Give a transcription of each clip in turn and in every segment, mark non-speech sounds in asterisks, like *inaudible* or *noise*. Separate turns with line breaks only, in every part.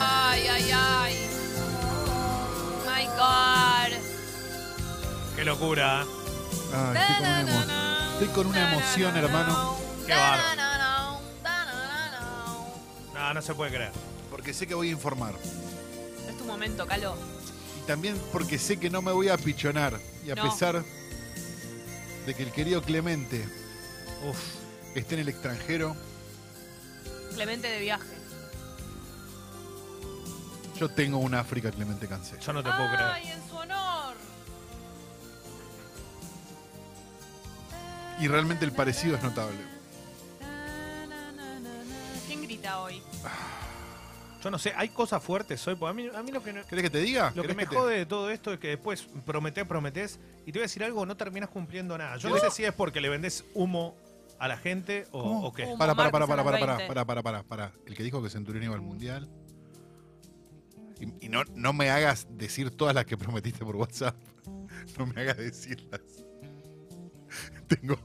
ay, ay. My God.
Qué locura. ¿eh?
Ay, estoy con una emo- estoy con una emoción, hermano.
Qué bárbaro. No, no se puede creer.
Porque sé que voy a informar.
Es tu momento, Calo.
Y también porque sé que no me voy a pichonar. Y a
No.
pesar de que el querido Clemente
Uf.
esté en el extranjero,
Clemente de viaje.
yo tengo un África Clemente Cancelo.
Yo no te puedo creer.
Ay, en su honor.
Y realmente el parecido es notable.
¿Quién grita hoy?
Yo no sé, hay cosas fuertes hoy. porque A mí, a mí lo que, no-
¿Querés que te diga?
lo que
¿Querés
me
te-
jode de todo esto es que después prometés, prometés y te voy a decir algo, no terminas cumpliendo nada. Yo no sé
¿Querés-
si es porque le vendés humo a la gente o,
¿Cómo?
o qué.
Humo.
Para, para, para,
Martes a
para,
las
para,
20.
para, para, para, para, para. El que dijo que Centurión iba al mundial. Y, y no, no me hagas decir todas las que prometiste por WhatsApp. *laughs* No me hagas decirlas. *laughs* Tengo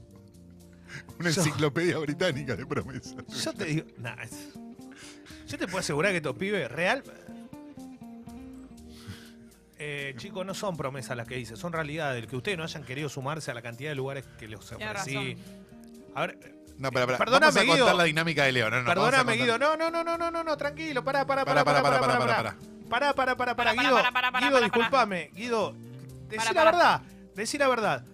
una
Yo-
enciclopedia británica de promesas.
Yo te digo, nah, es- yo te puedo asegurar que estos pibes real. Eh, chicos, no son promesas las que dice, son realidades. El que ustedes no hayan querido sumarse a la cantidad de lugares que les
Tiene
ofrecí. A ver,
No, para, para.
Perdóname,
vamos a contar
Guido.
la dinámica de Leo. No, no, vamos a
Perdóname,
contar-
Guido. No, no, no, no, no, no, no, tranquilo. Pará, pará,
Pará,
pará, pará, pará,
pará, pará,
pará,
pará,
pará. Pará, pará, pará, pará,
Pará,
Guido.
pará, pará, pará,
Guido,
pará, pará.
disculpame. Guido, decí
Pará,
la
pará.
verdad. Decí la verdad.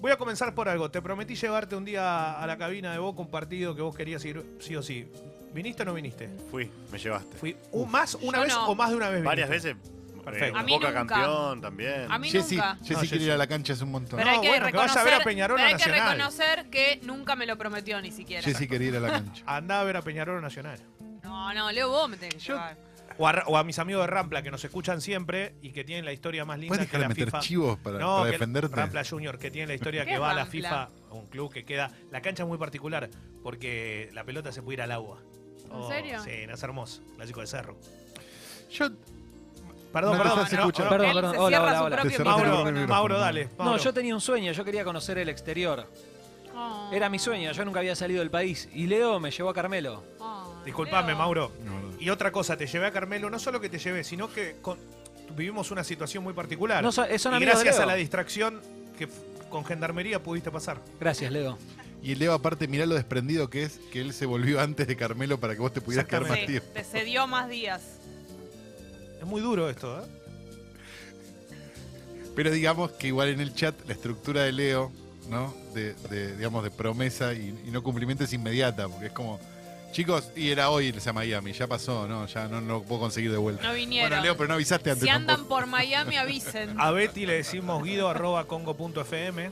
Voy a comenzar por algo. Te prometí llevarte un día a la cabina de Boca un partido que vos querías ir sí o sí. ¿Viniste o no viniste?
Fui, me llevaste.
Fui un- más una
Yo
vez
no.
o más de una vez.
Varias
viniste.
veces.
Perfecto.
eh,
A
mí
Boca
nunca.
campeón también.
A mí
Jessy,
nunca.
Jessy
No,
quiere
Jessy.
ir a la cancha hace un montón.
Pero hay que
bueno, que
reconocer,
vaya a ver a Peñarol
pero
o
hay que
Nacional.
reconocer que nunca me lo prometió ni siquiera.
Jessy quiere ir a la cancha.
Andá a ver a Peñarol o Nacional.
No, no, Leo, vos me tenés que
Yo-
llevar.
O a, Ra- o a mis amigos de Rampla que nos escuchan siempre y que tienen la historia más linda
¿Puedes
que
dejar de
la
meter
FIFA.
chivos para,
No,
para
que
defenderte?
Rampla Junior, que tiene la historia
¿Qué
que
es
va a la
Rampla?
FIFA, a un club que queda. La cancha es muy particular porque la pelota se puede ir al agua.
serio?
Sí, no es hermoso. Clásico de cerro.
Yo,
Perdón,
No,
perdón.
no, se escucha.
perdón.
Perdón,
Él
perdón.
se
Hola,
cierra
hola,
su
hola.
propio
Te cerraste
Mauro,
el
micrófono.
Mauro, dale.
No,
Mauro.
yo tenía un sueño, yo quería conocer el exterior.
Oh,
Era mi sueño, yo nunca había salido del país. Y Leo me llevó a Carmelo.
oh,
Disculpame,
Leo.
Mauro.
No, no.
Y otra cosa, te llevé a Carmelo, no solo que te llevé, sino que con- vivimos una situación muy particular.
No, so- eh, son
y
amigos de
gracias a
Leo.
la distracción que f- con gendarmería pudiste pasar.
Gracias, Leo.
Y Leo, aparte, mirá lo desprendido que es que él se volvió antes de Carmelo para que vos te pudieras quedar más
Sí,
tiempo.
te cedió más días.
Es muy duro esto, ¿eh?
Pero digamos que igual en el chat la estructura de Leo, ¿no? De, de, digamos, de promesa y, y no cumplimiento es inmediata, porque es como, chicos, y era hoy irse a Miami, ya pasó, ¿no? Ya no, no lo puedo conseguir de vuelta.
No vinieron.
bueno, Leo, pero no avisaste antes
si andan
tampoco. Ah,
por Miami,
*laughs*
avisen.
A Betty le decimos guido arroba congo.fm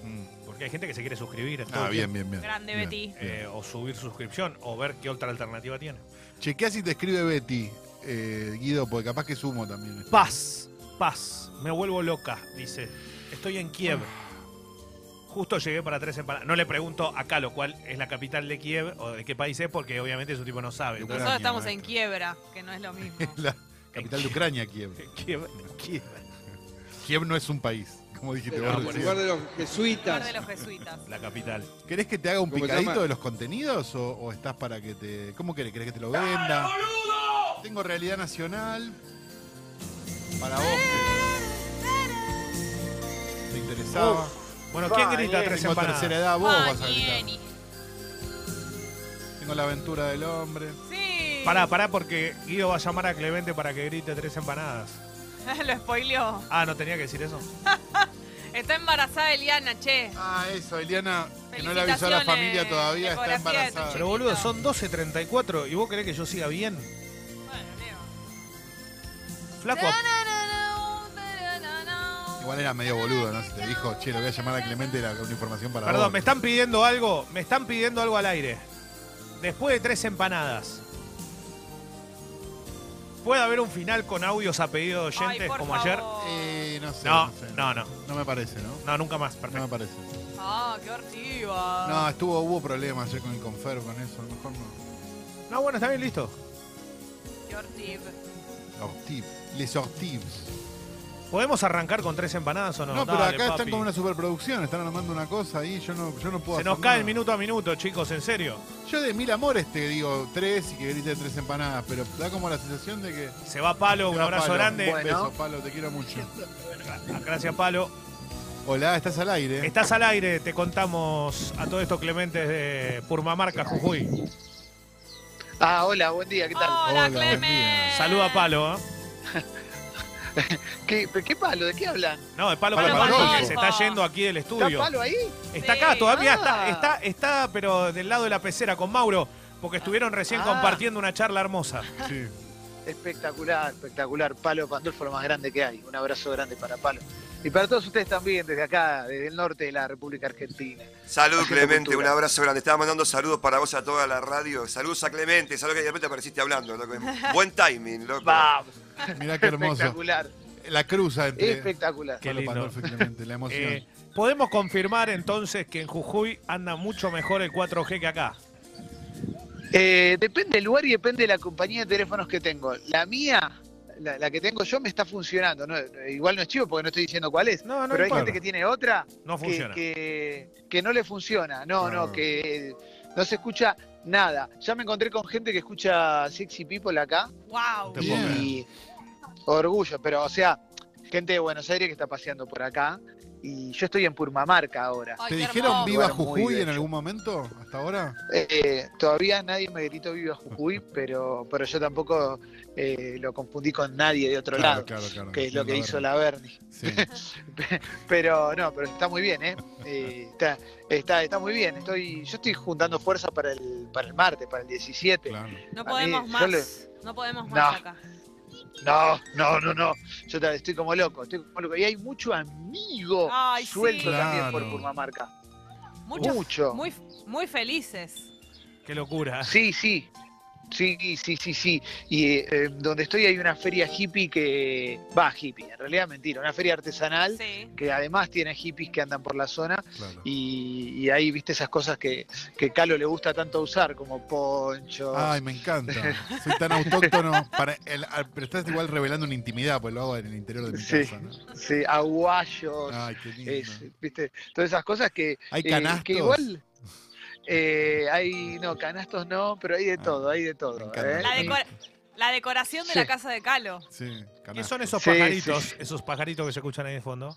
Mm.
porque hay gente que se quiere suscribir. en todo
Ah,
el
bien, bien, bien.
Grande
Bien,
Betty.
bien.
Eh, o subir suscripción o ver qué otra alternativa tiene.
Chequeá si te escribe Betty, eh, Guido, porque capaz que sumo también.
Paz, paz, me vuelvo loca, dice. Estoy en Kiev. Justo llegué para tres empanadas. No le pregunto acá lo cual es la capital de Kiev o de qué país es, porque obviamente ese tipo no sabe. Entonces,
Nosotros estamos en
maestro.
quiebra, que no es lo mismo.
*laughs* Es *laughs* la capital de Ucrania, Kiev.
*laughs* Kiev, Kiev.
Kiev no es un país, como dijiste
Ah,
vos.
bueno,
recién.
lugar de los
Lugar de
jesuitas.
los jesuitas.
La capital.
¿Querés que te haga un
¿Cómo se
picadito
llama?
de los contenidos o, o estás para que te. ¿Cómo querés? ¿Querés que te lo venda? Tengo realidad nacional. Para vos. que ¿Te interesaba?
Bueno, ¿quién grita tres
Tengo tercera
empanadas?
edad, *laughs* vos
Ah,
vas a gritar.
Pagnini.
Tengo la aventura del hombre.
Sí.
Pará, pará, porque Guido va a llamar a Clemente para que grite tres empanadas.
*laughs* lo spoileó.
Ah, no tenía que decir eso.
Está embarazada Eliana, che.
Ah, eso, Eliana, que no le avisó a la familia
Felicitaciones,
todavía, está
ecografía de tu
embarazada.
Pero boludo, son 12.34 y vos querés que yo siga bien.
Bueno, Leo.
Flaco,
Igual era medio boludo, ¿no? Si te dijo, che, lo voy a llamar a Clemente, era una información para
Perdón,
vos.
me están pidiendo algo, me están pidiendo algo al aire. Después de tres empanadas. ¿Puede haber un final con audios a pedido de oyentes
Ay, por
como
favor.
ayer?
Eh, no sé.
No,
sé,
no, no.
No me parece, ¿no?
No, nunca más,
No
perfecto.
me parece.
Ah, qué hortiva.
No, estuvo, hubo problemas ayer con el confer, con eso, a lo mejor no.
No, bueno, está bien, listo.
Qué hortiva.
Ortiz, les Ortiz.
¿Podemos arrancar con tres empanadas o no?
No, pero
Dale,
acá están
papi.
con una superproducción, están armando una cosa ahí, yo no, yo no puedo
Se
hacer
nos cae
nada.
el minuto a minuto, chicos, en serio.
Yo de mil amores te digo tres y que grite tres empanadas, pero da como la sensación de que.
Se va Palo, un
Te va,
abrazo
Palo.
grande.
Un beso, Palo, te quiero
*laughs*
mucho.
Gracias, Palo.
Hola, estás al aire. ¿eh?
Estás al aire, te contamos a todo esto Clemente de Purmamarca, Jujuy.
Ah, hola, buen día, ¿qué tal?
Hola,
Hola, buen
Clemen.
día.
Saluda a Palo, ¿eh?
¿Qué, pero ¿Qué palo? ¿De qué hablan?
No, de Palo
Palo
Palo,
Paloco.
que se está yendo aquí del
¿Está
estudio.
palo ahí?
Está
Sí.
acá, todavía está,
Ah.
está, está, pero del lado de la pecera con Mauro, porque estuvieron recién
Ah.
compartiendo una charla hermosa. Eh,
Sí.
Espectacular, espectacular. Palo Pandolfo, lo más grande que hay. Un abrazo grande para Palo. Y para todos ustedes también, desde acá, desde el norte de la República Argentina.
Salud
Agenda
Clemente, un
cultural.
abrazo grande. Estaba mandando saludos para vos a toda la radio. Saludos a Clemente, saludos que de repente apareciste hablando. loco. Buen timing, loco.
*laughs* Vamos,
Mirá qué hermoso.
espectacular,
La cruza entre Palo
espectacular.
Qué lindo.
Pandolfo y
*laughs*
Clemente, la emoción.
Eh, Podemos confirmar entonces que en Jujuy anda mucho mejor el 4G que acá.
Eh, depende del lugar y depende de la compañía de teléfonos que tengo. La mía, la, la que tengo yo, me está funcionando. No, Eh, igual no es chivo porque no estoy diciendo cuál es.
No, no
pero hay
importa.
gente que tiene otra
No
que-
funciona.
Que, que no le funciona, no,
No.
no, que eh, no se escucha nada. Ya me encontré con gente que escucha Sexy People acá
Wow.
Te puedo creer.
y orgullo, pero o sea, gente de Buenos Aires que está paseando por acá y yo estoy en Purmamarca ahora.
Ay,
¿Te
qué
dijeron
hermoso.
viva
Lugar muy
Jujuy en
bello.
algún momento? ¿Hasta ahora?
Eh, todavía nadie me gritó
*laughs*
Viva Jujuy, pero, pero yo tampoco eh, lo confundí con nadie de otro lado,
claro.
que es lo
Entiendo,
que hizo
Bernie.
la Bernie. *laughs*
Sí.
Pero no, pero está muy bien, ¿eh? Eh, está, está, está muy bien. Estoy, yo estoy juntando fuerza para el, para el martes, para el 17.
Claro.
No
A mí,
podemos
yo
más.
le-
No podemos
No.
más acá.
No, no, no, no. Yo ta- estoy como loco, estoy como loco. Y hay mucho amigo
Ay, sí.
suelto también por
Claro.
Purmamarca.
Muchos-
Mucho.
Muy, muy felices.
Qué locura.
Sí, sí. Sí, sí, sí, sí. Y eh, eh, donde estoy hay una feria hippie que. Va, hippie, en realidad mentira. Una feria artesanal
Sí.
que además tiene hippies que andan por la zona.
Claro.
Y, y ahí viste esas cosas que, que Calo le gusta tanto usar, como ponchos.
Ay, me encanta. Soy tan autóctono. Para el- al- pero estás igual revelando una intimidad, pues lo hago en el interior de mi
Sí.
casa. ¿no?
sí, aguayos.
Ay, qué Ah, lindo.
es, viste, todas esas cosas que,
Hay
eh,
canastos. *laughs*
que igual eh, hay no canastos no pero hay de
Ah,
todo hay de
Me
todo
encanta.
¿eh?
La, decora- la decoración de
Sí.
la casa de Calo.
Sí,
¿Qué
canastos.
son esos
Sí,
pajaritos?
sí.
Esos pajaritos que se escuchan ahí de fondo.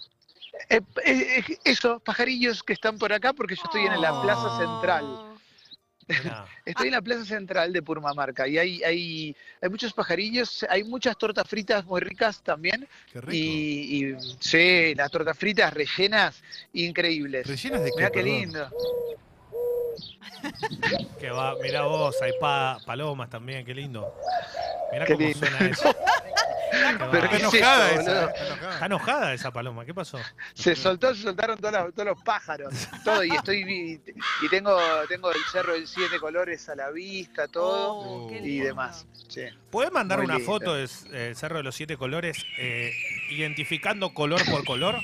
Eh, eh, eh, esos pajarillos que están por acá porque yo estoy en
Oh.
la
Oh.
plaza central
Mirá.
estoy en la plaza central de Purmamarca y hay hay hay muchos pajarillos hay muchas tortas fritas muy ricas también
Qué rico.
y, y, sí las tortas fritas rellenas increíbles
¿Rellenas de qué?
Mirá qué
perdón?
lindo.
Que va, mirá vos, hay pa- palomas también, qué lindo. Mirá
Qué
cómo
lindo.
suena
*laughs*
eso. Qué
Pero
va.
Está
¿qué es
enojada
eso,
esa. ¿eh?
boludo?
Está
Está
enojada.
enojada esa paloma, ¿qué pasó?
Se soltó, se soltaron todas las- todos los pájaros, todo, y estoy vi- y tengo, tengo el cerro del siete colores a la vista, todo,
Oh, qué
y
y
lindo.
demás. Sí.
¿Puedes mandar
Muy
una
lindo.
foto del eh, Cerro de los Siete Colores eh, identificando color por color?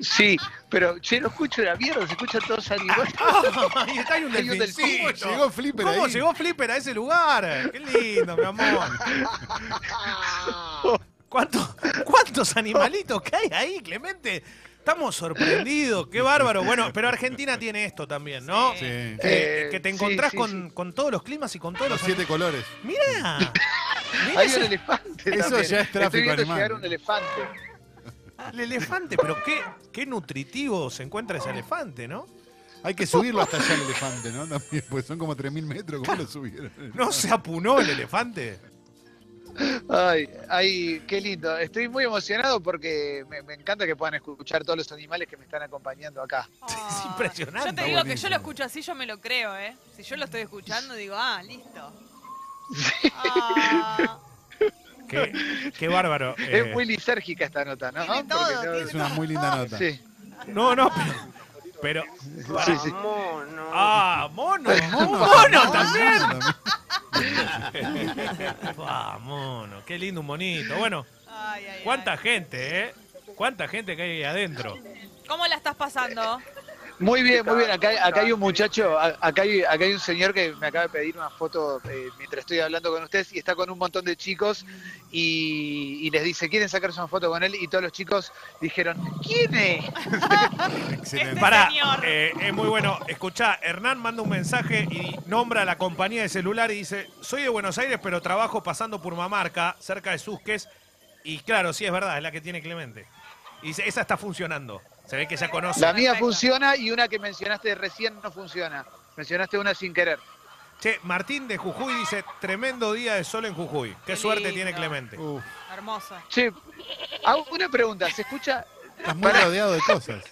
Sí, pero che, no escucho la mierda, se escucha todo San
*laughs*
Igual.
y está ahí un
Hay un
delfincito.
delfín.
Llegó Flipper
¿Cómo
ahí.
llegó Flipper a ese lugar? Qué lindo, mi amor. ¿Cuánto- ¿Cuántos animalitos que hay ahí, Clemente? Estamos sorprendidos, qué bárbaro. Bueno, pero Argentina tiene esto también, ¿no?
Sí.
Sí.
Que,
Eh,
que te
sí,
encontrás
sí,
con, con todos los climas y con todos
Los
los...
siete colores.
¡Mirá! Mirá
Hay
ese-
un elefante.
Eso
también.
ya es tráfico
Estoy viendo
animal.
llegar un elefante.
el elefante, pero qué, qué nutritivo se encuentra ese elefante, ¿no?
Hay que subirlo hasta allá el elefante, ¿no? También, pues son como 3.000 metros. ¿Cómo lo subieron?
¿No se apunó el elefante?
Ay, ay, qué lindo. Estoy muy emocionado porque me, me encanta que puedan escuchar todos los animales que me están acompañando acá.
Es
Ah.
impresionante.
Yo te digo que yo
Buenísimo.
lo escucho así, yo me lo creo, ¿eh? Si yo lo estoy escuchando, digo, ah, listo. Ah,
Qué, qué bárbaro. eh.
*laughs* Es muy lisérgica esta nota, ¿no?
Tiene todo,
Porque no-
tiene
Es una muy linda nota.
Sí.
No, no, pero... pero-
Sí, sí.
Ah,
*laughs*
mono. Mono, también. *laughs* Ah, mono. Qué lindo un monito. Bueno,
ay, ay, ay.
cuánta gente, ¿eh? Cuánta gente que hay ahí adentro.
¿Cómo la estás pasando?
Muy bien,
Está
muy bien. Acá, acá hay un
bastante
muchacho, a- acá hay, acá hay un señor que me acaba de pedir una foto eh, mientras estoy hablando con ustedes y está con un montón de chicos y, y les dice, ¿quieren sacarse una foto con él? Y todos los chicos dijeron, ¿quién es?
Excelente.
Pará,
Este señor.
eh, es muy bueno. Escuchá, Hernán manda un mensaje y nombra a la compañía de celular y dice: Soy de Buenos Aires, pero trabajo pasando por Mamarca, cerca de Susques. Y claro, sí es verdad, es la que tiene Clemente. Y dice: Esa está funcionando. Se ve que ya conoce.
La mía
Perfecto.
funciona y una que mencionaste recién no funciona. Mencionaste una sin querer.
Che, Martín de Jujuy dice: Tremendo día de sol en Jujuy. Qué,
Qué
suerte
lindo.
tiene Clemente.
Uf,
Hermoso.
Che, hago una pregunta, ¿se escucha,
estás muy rodeado de cosas.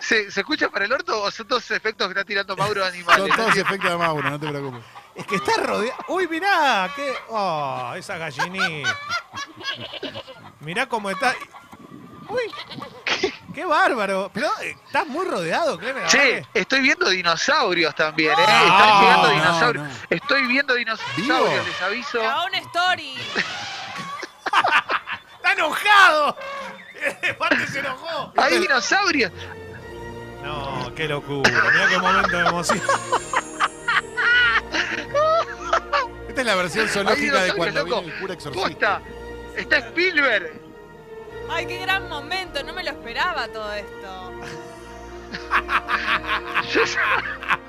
se, se escucha para el orto o son todos efectos que está tirando Mauro de
Son
animales?
todos efectos de Mauro, no te preocupes.
Es que está rodeado. Uy, mirá, qué. Oh, esa gallinita. Mirá cómo está. Uy, qué bárbaro. Pero eh, estás muy rodeado, Clemente.
Che, estoy viendo dinosaurios también, ¿eh?
No,
Están
Ah,
llegando
no,
dinosaurios.
no.
Estoy viendo dinosaurios,
¿Vivo?
les aviso.
Grabó una story.
¡Está enojado! *laughs* Parte se enojó.
Hay dinosaurios.
No, qué locura. Mirá qué momento de emoción.
Esta es la versión zoológica de cuando viene el cura exorcista.
Posta. Está Spielberg.
Ay, qué gran momento. No me lo esperaba todo esto.
Yo ya-
*laughs*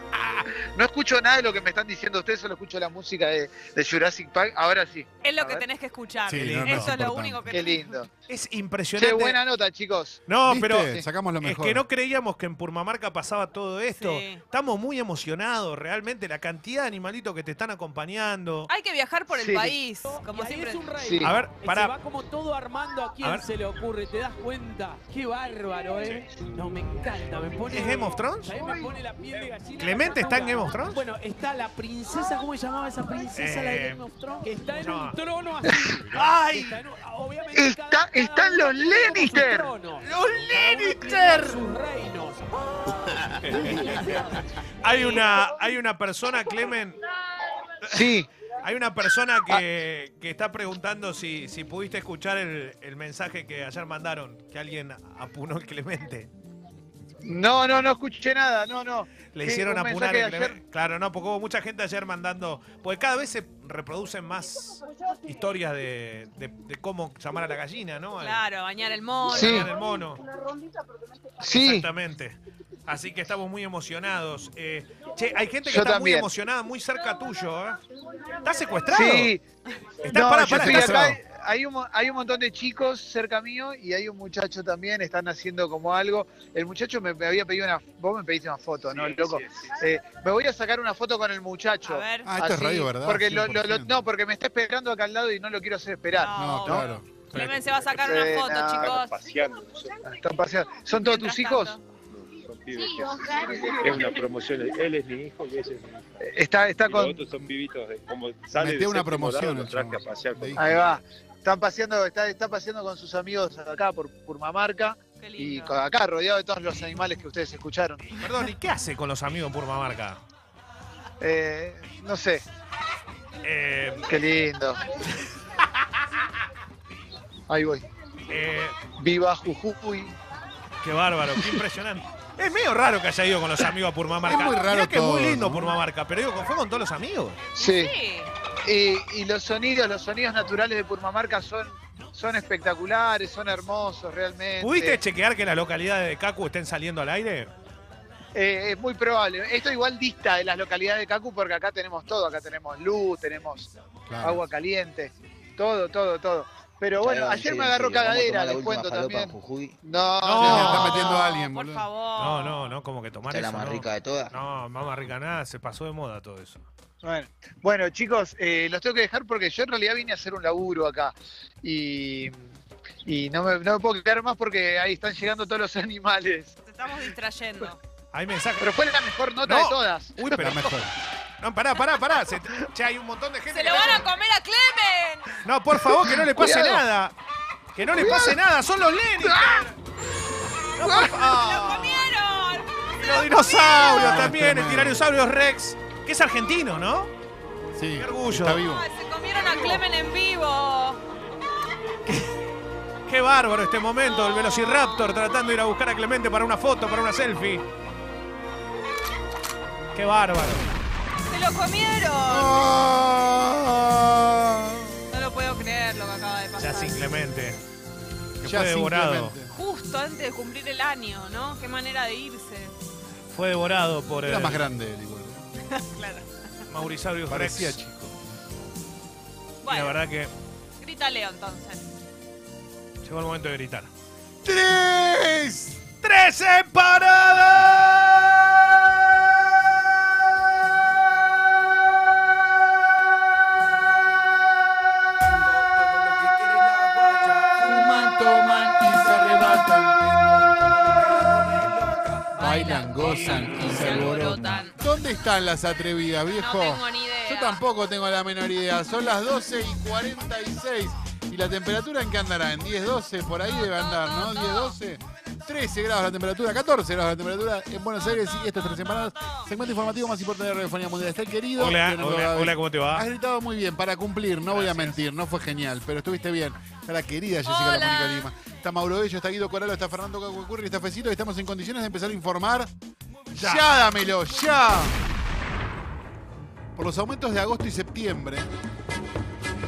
No escucho nada de lo que me están diciendo ustedes, solo escucho la música de, de Jurassic Park. Ahora sí.
Es
A
lo que
ver.
tenés que escuchar.
Sí,
no, no,
Eso es
importante.
lo único que
Qué
tenés.
lindo.
Es
Che,
impresionante.
buena nota, chicos.
No, pero
¿Viste? Sacamos lo
es
mejor.
que no creíamos que en Purmamarca pasaba todo esto.
Sí.
Estamos muy emocionados, realmente, la cantidad de animalitos que te están acompañando.
Hay que viajar por el
Sí.
país,
Y
como
ahí
siempre.
es un rey.
Sí.
A ver,
Y Se
para
va como todo armando a
A
quien
ver.
se le ocurre, ¿te das cuenta? Qué bárbaro, ¿eh? No, me encanta, me pone...
¿Es Game of Thrones?
¿Sabés? Me pone la piel de gallina.
¿Clemente está
la
en
tortuga.
Game of Thrones?
Bueno, está la princesa, ¿cómo se llamaba esa princesa, la
Eh,
de Game of Thrones? Que está en
¿cómo se
un
llama?
trono así.
¡Ay!
Está en un- obviamente
Está-
cada- cada
están
uno
los
tiene como su
Lannister.
trono.
¡Los
Cada uno tiene
Lannister!
Sus reinos.
Hay una, hay una persona, Clemen,
Sí.
hay una persona que, que está preguntando si, si pudiste escuchar el, el mensaje que ayer mandaron, que alguien apunó el Clemente.
No, no, no escuché nada. No, no.
Le
Sí,
hicieron
un
apunar
mensaje
el
de
Clemente. Claro, no, porque hubo mucha gente ayer mandando. Porque cada vez se reproducen más historias de, de- de cómo llamar a la gallina, ¿no? Al-
Claro, bañar el mono.
Sí.
al mono.
Sí.
Exactamente. Así que estamos muy emocionados. Eh, che, hay gente que
Yo
está muy
también.
emocionada, muy cerca tuyo. ¿eh? ¿Estás secuestrado?
Sí.
Estás,
No,
pará,
yo
pará,
estoy
estás-
acá. Hay un, mo- hay un montón de chicos cerca mío y hay un muchacho también, están haciendo como algo. El muchacho me, me había pedido una... Vos me pediste una foto, ¿no, loco? Eh, me voy a sacar una foto con el
A
muchacho.
ver.
Ah, esto es
Así,
radio, ¿verdad?
Porque lo- lo- lo-
100%.
no, porque me está esperando acá al lado y no lo quiero hacer esperar.
No, claro.
Clemen se va a sacar una
Sí,
foto,
no.
chicos.
Paseando,
Están paseando. ¿Son todos
Mientras
tus hijos?
tanto.
son pibes que- Es una promoción. Él es mi hijo y ese es mi hijo.
Está, está
Y los
con.
otros son vivitos. de- Como sale
Metió
de
una
séptimo
promoción
grado,
el
lo traje a
chabón.
pasear con-
De-
Ahí va. Están paseando, está, está paseando con sus amigos acá por Purmamarca
Qué
y
lindo.
con- acá rodeado de todos los animales que ustedes escucharon.
Perdón, ¿y qué hace con los amigos en Purmamarca?
Eh, no sé,
Eh,
qué lindo. Ahí voy.
eh,
Viva Jujuy.
qué bárbaro, qué impresionante. Es medio raro que haya ido con los amigos a Purmamarca.
Es muy raro
Mirá que es
todo,
muy lindo
¿no?
Purmamarca, pero digo, fue con todos los amigos.
Sí.
Sí.
Y, y los sonidos, los sonidos naturales de Purmamarca son, son espectaculares, son hermosos realmente.
¿Pudiste chequear que las localidades de Cacu estén saliendo al aire?
Eh, es muy probable. Esto igual dista de las localidades de Cacu porque acá tenemos todo. Acá tenemos luz, tenemos
Claro.
agua caliente, todo, todo, todo. Pero bueno, ayer me agarró cagadera, les cuento también. No,
No,
no,
está metiendo a alguien,
por
boludo.
favor.
No, no, no, como que tomar eso. no.
de todas.
No, mamá rica nada, se pasó de moda todo eso.
Bueno, bueno chicos, eh, los tengo que dejar porque yo en realidad vine a hacer un laburo acá. Y, y no, me, no me puedo quedar más porque ahí están llegando todos los *laughs* animales.
Te estamos
*laughs*
distrayendo.
Hay mensajes.
Pero fue la mejor nota
No.
de todas.
Uy, pero
La mejor.
No, pará, pará, pará. Se- che, hay un montón de gente.
¡Se
que
lo
está
van a
con-
comer a Clemen!
No, por favor, que no le pase
Cuidado.
nada. Que no le pase nada, son los Lenin. No, por
¡Lo
fa- Ah,
comieron!
y los dinosaurios
Ah,
también, el
tremendo.
tiranosaurio Rex, que es argentino, ¿no?
Sí,
Qué orgullo.
está vivo.
Ay, se comieron a Clemen en vivo.
Qué bárbaro este momento, el Velociraptor tratando de ir a buscar a Clemente para una foto, para una selfie. Qué bárbaro.
¡Se lo comieron!
Ah.
No lo puedo creer lo que acaba de
Ya
pasar.
sin Clemente. Que
Ya
fue devorado.
simplemente.
Justo antes de cumplir el año, ¿no? Qué manera de irse.
Fue devorado por
Era
el
más grande él igual.
Claro.
Maurisaurius
Parecía
Rex.
chico.
Y
Bueno,
La verdad que
grita Leo entonces.
llegó el momento de gritar.
¡Tres!
¡Tres en parada!
Fuman, toman y se arrebatan. Bailan, gozan y se alborotan. ¿Dónde están las atrevidas, viejo?
No tengo ni idea.
Yo tampoco tengo la menor idea. Son las 12 y 46. ¿Y la temperatura en qué andará? ¿En 10, 12? Por ahí debe andar, ¿no? 10, 12. 13 grados la temperatura, 14 grados la temperatura en Buenos Aires y estas tres semanas. Segmento informativo más importante de la radiofonía mundial. Está el querido.
Hola,
Leonardo
hola,
Gaby.
hola, ¿cómo te va?
Has gritado muy bien, para cumplir, no voy a mentir, no fue genial, pero estuviste bien. Está la querida Jessica
Hola.
La Mónica Lima. Está Mauro Bello, está Guido Coralo, está Fernando Cacucurri, está Fecito y estamos en condiciones de empezar a informar. Ya, dámelo, ya. Por los aumentos de agosto y septiembre,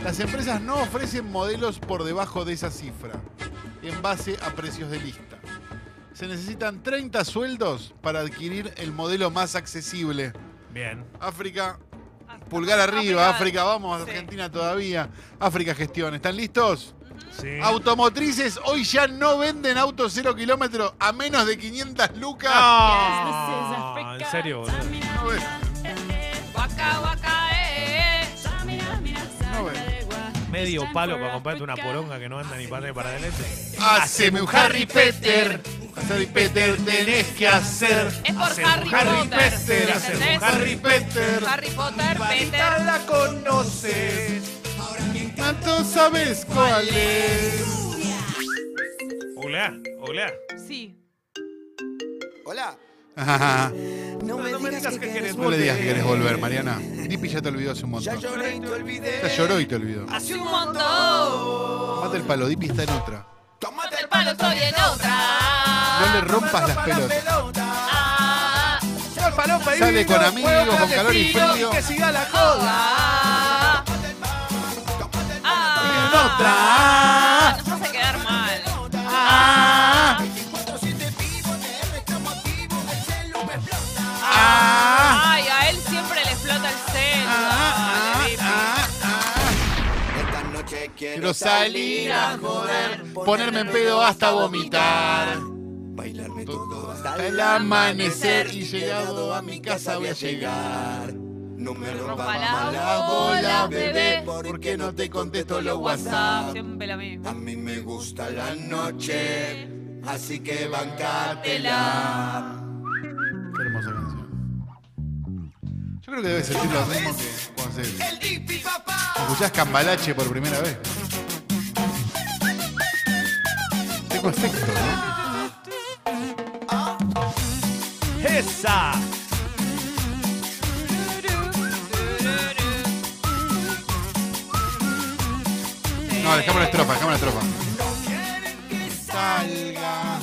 las empresas no ofrecen modelos por debajo de esa cifra, en base a precios de lista. Se necesitan 30 sueldos para adquirir el modelo más accesible.
Bien.
África,
Ah,
Pulgar arriba,
Pulgar.
África, vamos,
Sí.
Argentina todavía. África gestión, ¿están listos?
Sí.
Automotrices hoy ya no venden autos cero kilómetros a menos de 500 lucas.
No, en serio, boludo.
No ven-
Guaca, guaca, eh, eh.
no ven.
Medio palo para comprarte una poronga que no anda ni para para adelante.
Haceme un Harry Peter. Harry Peter tenés que hacer.
Es por
Hacer un
Harry,
Harry
Potter.
Potter, hacer un
¿entendés?
Harry Potter.
Harry Potter, Peter.
la conoces.
¿Cuánto sabes
*laughs*
cuál es?
Hola, hola.
Sí.
Hola.
Ajá.
No me digas que querés
No le digas que querés volver, Mariana. Nipi ya te olvidó hace un montón.
lloré y te olvidé.
Ya lloró y te olvidó.
Hace
Un montón.
Mate el palo, Dipi está en otra.
Tomate
El palo estoy en otra.
No le rompas las pelotas.
Ah,
Sale con amigos, con calor y frío.
ah, ah. Nos hace quedar mal. Ah.
Ah.
Ay, a él siempre le explota el celo. Ay,
ah.
Esta noche
Quiero salir a joder, ponerme en pedo hasta vomitar.
Bailarme
todo Hasta el amanecer y llegado a mi casa voy a llegar.
No me
rompa la
Mamá, la bola,
bola, bebé,
bebé, porque no te contesto los
WhatsApp,
WhatsApp.
siempre la misma.
A mí me gusta la noche, así que
bancátela.
bancátela.
Qué hermosa canción. Yo creo que debe sentir lo mismo que cuando se-
El Dipi papá.
escuchás Cambalache por primera vez. Tengo efecto, ¿no?
Esa.
No, dejamos la estrofa, dejamos la estrofa. Salga.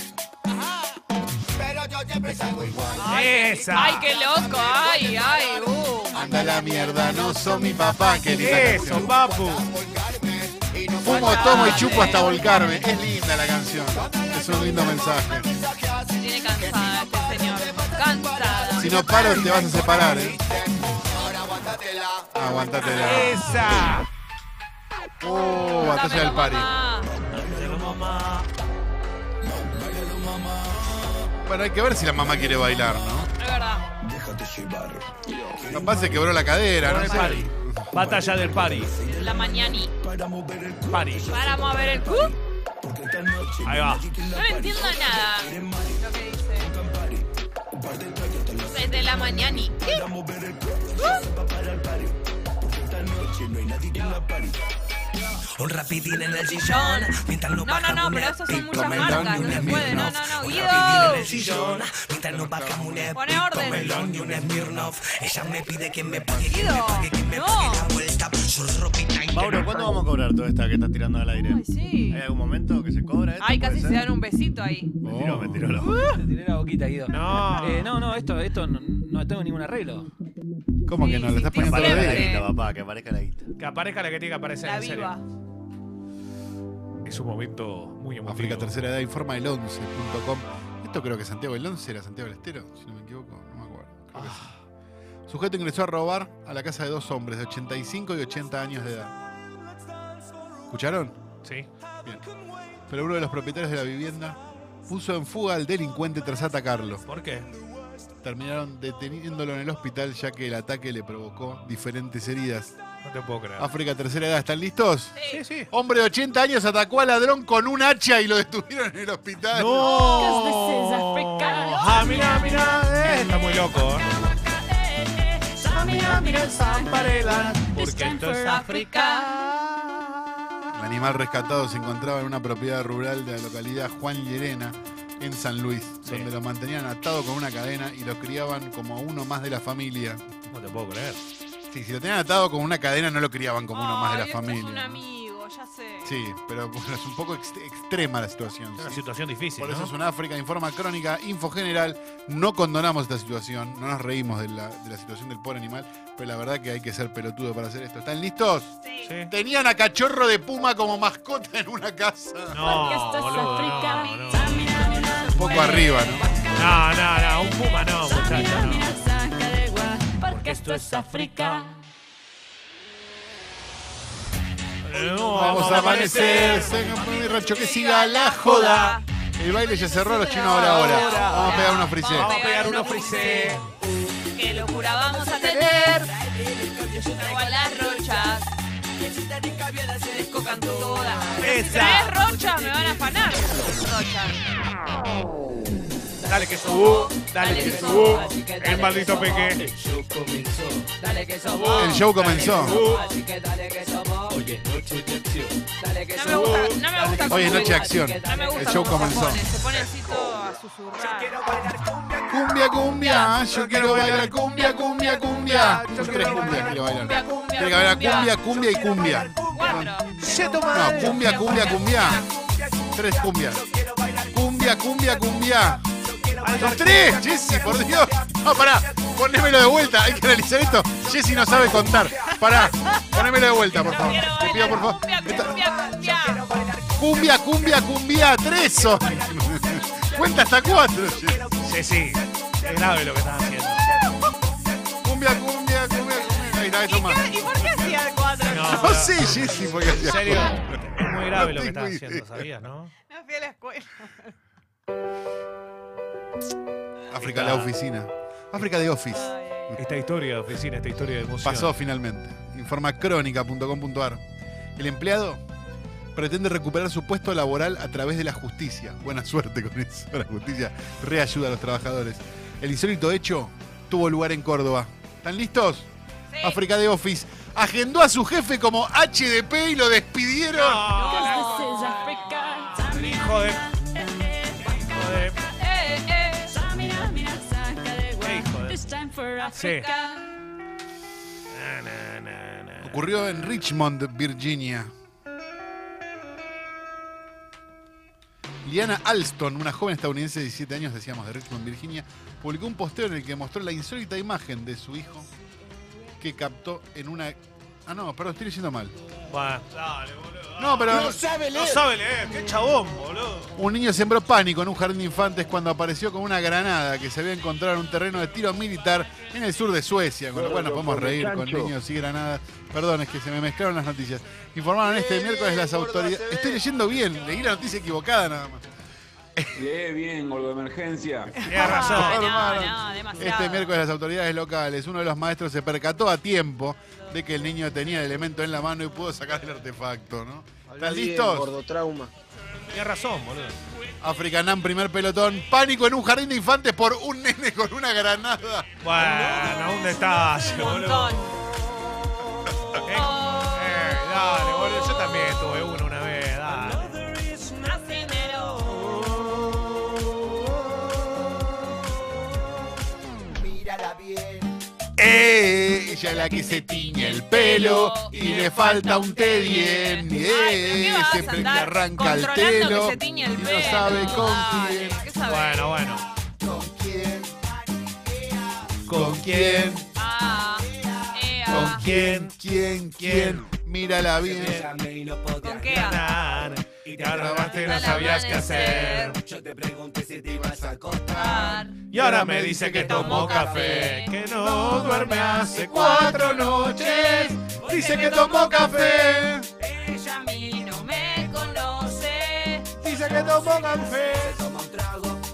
Pero yo siempre salgo igual.
Esa.
Ay, qué loco, ay, ay, uh.
Anda la mierda, no son mi papá, que
Eso, papu.
Fumo, tomo y chupo hasta volcarme. Es linda la canción. Es un lindo mensaje.
Se tiene cansada este señor. Cansada.
Si no paro te vas a separar, ¿eh? Aguantatela.
Esa.
Oh, batalla
Dámelo,
del pari.
mamá.
Bueno, hay que ver si la mamá quiere bailar, ¿no?
Es verdad.
Capaz se quebró la cadera,
Por
no
el
sé.
party. Batalla del party.
La mañani.
Party.
Paramos a ver el cu.
Ahí va.
No le entiendo nada. Lo que dice. Desde la mañani. ¿Qué?
¿Ah? Un rapidín en el
sillón,
mientras
No, no, no, pero esas son muchas marcas. No se puede. No, no, no.
rapidín en el
Guido.
sillón Mientras no bajamos un
Pone
Epic,
orden.
un melón y un Smirnoff Ella me pide que me pague, que me
Guido,
pague, que me
no.
pague la vuelta
Mauro, ¿cuándo vamos a cobrar toda esta que estás tirando al aire?
Ay, sí.
¿Hay algún momento que se cobra esto?
Ay,
Eh,
casi
¿Puede
se
ser?
dan un Uh, besito ahí.
Me tiró, me tiró la
Tiene la boquita, Guido.
No.
Eh, no, no, esto, esto no, no tengo ningún arreglo.
¿Cómo
Sí,
que no? Le estás
sí,
Que
poniendo los
aparezca la
siempre.
dedos.
guita, papá, que aparezca la guita.
Que aparezca la que tiene que aparecer,
La
en serio.
viva.
Es un momento muy emotivo.
África Tercera Edad informa el 11.com. Esto creo que Santiago el 11 era Santiago del Estero, si no me equivoco, no me acuerdo. Creo que sí. Sujeto ingresó a robar a la casa de dos hombres de 85 y 80 años de edad. ¿Escucharon?
Sí.
Pero uno de los propietarios de la vivienda puso en fuga al delincuente tras atacarlo.
¿Por qué?
Terminaron deteniéndolo en el hospital ya que el ataque le provocó diferentes heridas.
No te puedo creer.
África Tercera Edad, ¿están listos?
Sí, sí.
Hombre de 80 años atacó al ladrón con un hacha y lo detuvieron en el hospital.
¡No! ¡Ah, mira, mira! eh, Está muy loco, ¿eh? Porque esto es
África.
El animal rescatado se encontraba en una propiedad rural de la localidad Juan Llerena, en San Luis,
Sí.
donde lo mantenían atado con una cadena y lo criaban como a uno más de la familia.
No te puedo creer.
Sí, si lo tenían atado con una cadena no lo criaban como uno más de la
Ay, esto
familia.
Es un amigo, ya sé.
Sí, pero bueno, es un poco ext- extrema la situación.
Es una
¿sí?
situación difícil,
Por eso
¿no?
es un África, informa crónica, info general. No condonamos esta situación, no nos reímos de la, de la situación del pobre animal, pero la verdad que hay que ser pelotudo para hacer esto. ¿Están listos?
Sí.
Sí.
Tenían a cachorro de puma como mascota en una casa.
No, boludo, no, no.
Un poco arriba, ¿no?
No, no, no, un puma no, muchacho, no.
Porque esto es África.
No,
Vamos a amanecer, saca por mi rancho que siga la joda. El baile ya cerró, los chinos ahora ahora. Vamos a pegar unos frisés.
Vamos a pegar unos frisés.
Qué locura vamos a tener. Con las rochas. Se descocan todas.
Esa.
Tres rochas me van a afanar. Rochas.
Dale que subo, dale
Dale
que
que
subo.
sos vos.
El maldito peque.
Dale que somos.
El show comenzó.
Así que dale que somos. Oye, noche de Dale que
No me gusta, no me gusta
Hoy es
cómo-
noche de acción.
No me gusta
El show
cómo
comenzó.
se pone, se pone así todo a susurrar.
Cumbia, cumbia, yo quiero bailar cumbia, cumbia, cumbia. Yo tres cumbias quiero bailar. Tiene que haber cumbia, cumbia y cumbia.
Cuatro.
No, cumbia, cumbia, cumbia. Tres cumbias. Cumbia, cumbia, cumbia. Los tres, Jessy, por Dios. No, pará, ponémelo de vuelta. Hay que analizar esto. Jessy no sabe contar. Pará, ponémelo de vuelta, por
No
favor.
quiero
Te pido,
bailar
por favor.
cumbia,
Esta-
cumbia, cumbia.
Cumbia, cumbia, cumbia, tres son. *laughs* Cuenta hasta cuatro.
Sí, sí. Es grave lo que estás haciendo.
Cumbia, cumbia, cumbia, cumbia. Ahí está,
¿Y,
eso más.
qué, ¿Y por qué hacía cuatro?
No,
No
pero-
sé, Jessy, porque
Ah. En
hacía
serio,
cuatro.
es muy grave lo que estás
No tengo
haciendo,
idea.
¿sabías, no?
No fui a la escuela.
África, la oficina. África de Office.
Ay,
Esta historia de oficina, esta historia de emoción.
Pasó finalmente. Informa crónica.com.ar. El empleado pretende recuperar su puesto laboral a través de la justicia. Buena suerte con eso. La justicia reayuda a los trabajadores. El insólito hecho tuvo lugar en Córdoba. ¿Están listos?
sí.
África de Office agendó a su jefe como HDP y lo despidieron.
No, el hijo de... Hijo de...
Eh, eh.
qué hijo de... Sí.
Africa.
Na, na, na, na.
Ocurrió en Richmond, Virginia. Liana Alston, una joven estadounidense de 17 años, decíamos, de Richmond, Virginia, publicó un posteo en el que mostró la insólita imagen de su hijo que captó en una... Ah, no, perdón, estoy diciendo mal.
Bueno, dale, boludo.
No, pero
No sabe leer, qué chabón, boludo.
un niño sembró pánico en un jardín de infantes cuando apareció con una granada que se había encontrado en un terreno de tiro militar en el sur de Suecia, con lo cual nos podemos reír con niños y granadas. Perdón, es que se me mezclaron las noticias. Informaron este miércoles las autoridades. Estoy leyendo bien, leí la noticia equivocada nada más.
Lee bien, gordo de emergencia.
Tienes
Ah,
razón.
no, no, demasiado.
Este miércoles las autoridades locales, uno de los maestros se percató a tiempo de que el niño tenía el elemento en la mano y pudo sacar el artefacto, ¿no? ¿Están listos?
trauma.
Tienes razón, boludo.
Africanam, primer pelotón. Pánico en un jardín de infantes por un nene con una granada.
Bueno, un detalle,
Un
boludo.
montón.
Eh, eh, dale, boludo. Yo también tuve uno una vez, dale.
Eh, ella es la que se tiñe el pelo y le falta un Teddy en
Ay,
mi
pero ¿qué vas a
siempre le
andar
arranca el
controlando
pelo
que se tiñe el
y
pelo?
no sabe con
Dale,
quién,
¿qué sabes?
Bueno, bueno.
con quién, con quién,
Ah, ea,
con quién, quién, quién,
quién.
mírala bien.
¿Con qué? A?
Y te arrabaste y no sabías qué hacer.
Ar.
Y ahora me dice que tomó café, que no duerme hace cuatro noches. Dice que tomó café,
Ella a mí no me conoce.
dice que tomó café.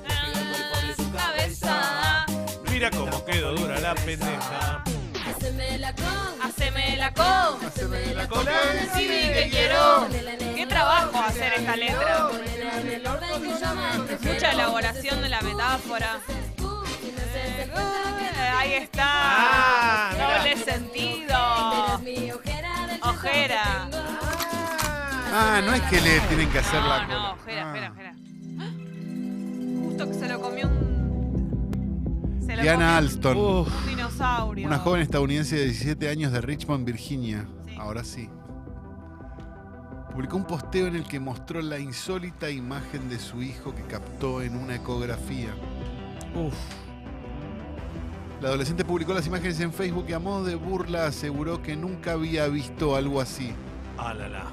Ah, Cabeza,
Mira cómo quedó dura la pendeja.
haceme la con.
Cola
Sí, que quiero. Qué trabajo hacer esta letra. Mucha elaboración de la metáfora. Eh, Ahí está.
Ah, mirá.
Doble sentido. Ojera.
Ah, no es que le tienen que hacer
No, no,
la cola.
ojera,
Ah.
ojera, ojera. Justo que se lo comió un. Se lo
Ah. Diana
comió
Alston,
un dinosaurio.
una joven estadounidense de 17 años de Richmond, Virginia,
Sí.
ahora sí, publicó un posteo en el que mostró la insólita imagen de su hijo que captó en una ecografía.
Uf.
La adolescente publicó las imágenes en Facebook y a modo de burla aseguró que nunca había visto algo así.
Ah, la, la.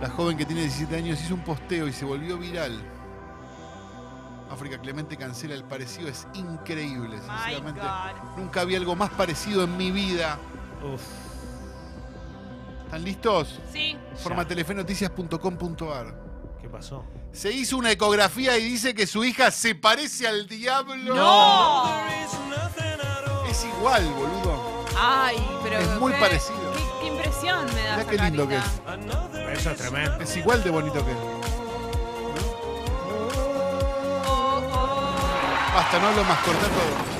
La joven que tiene 17 años hizo un posteo y se volvió viral. África Clemente cancela, el parecido es increíble,
My
sinceramente.
God.
Nunca vi algo más parecido en mi vida.
Uf.
¿Están listos?
Sí.
Forma telefenoticias.com.ar.
¿Qué pasó?
Se hizo una ecografía y dice que su hija se parece al diablo.
¡No!
Es igual, boludo.
Ay, pero.
Es muy
qué-
parecido.
Qué, qué impresión me da.
Mirá
esa
qué lindo que
carita.
es.
Eso es tremendo.
Es igual de bonito que él.
Oh, oh. oh.
Basta, no hablo más, cortá todo.